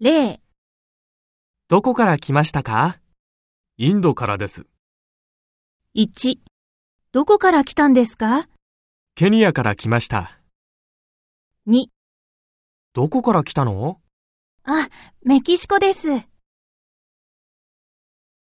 0どこから来ましたかインドからです。 1どこから来たんですかケニアから来ました。 2どこから来たのメキシコです。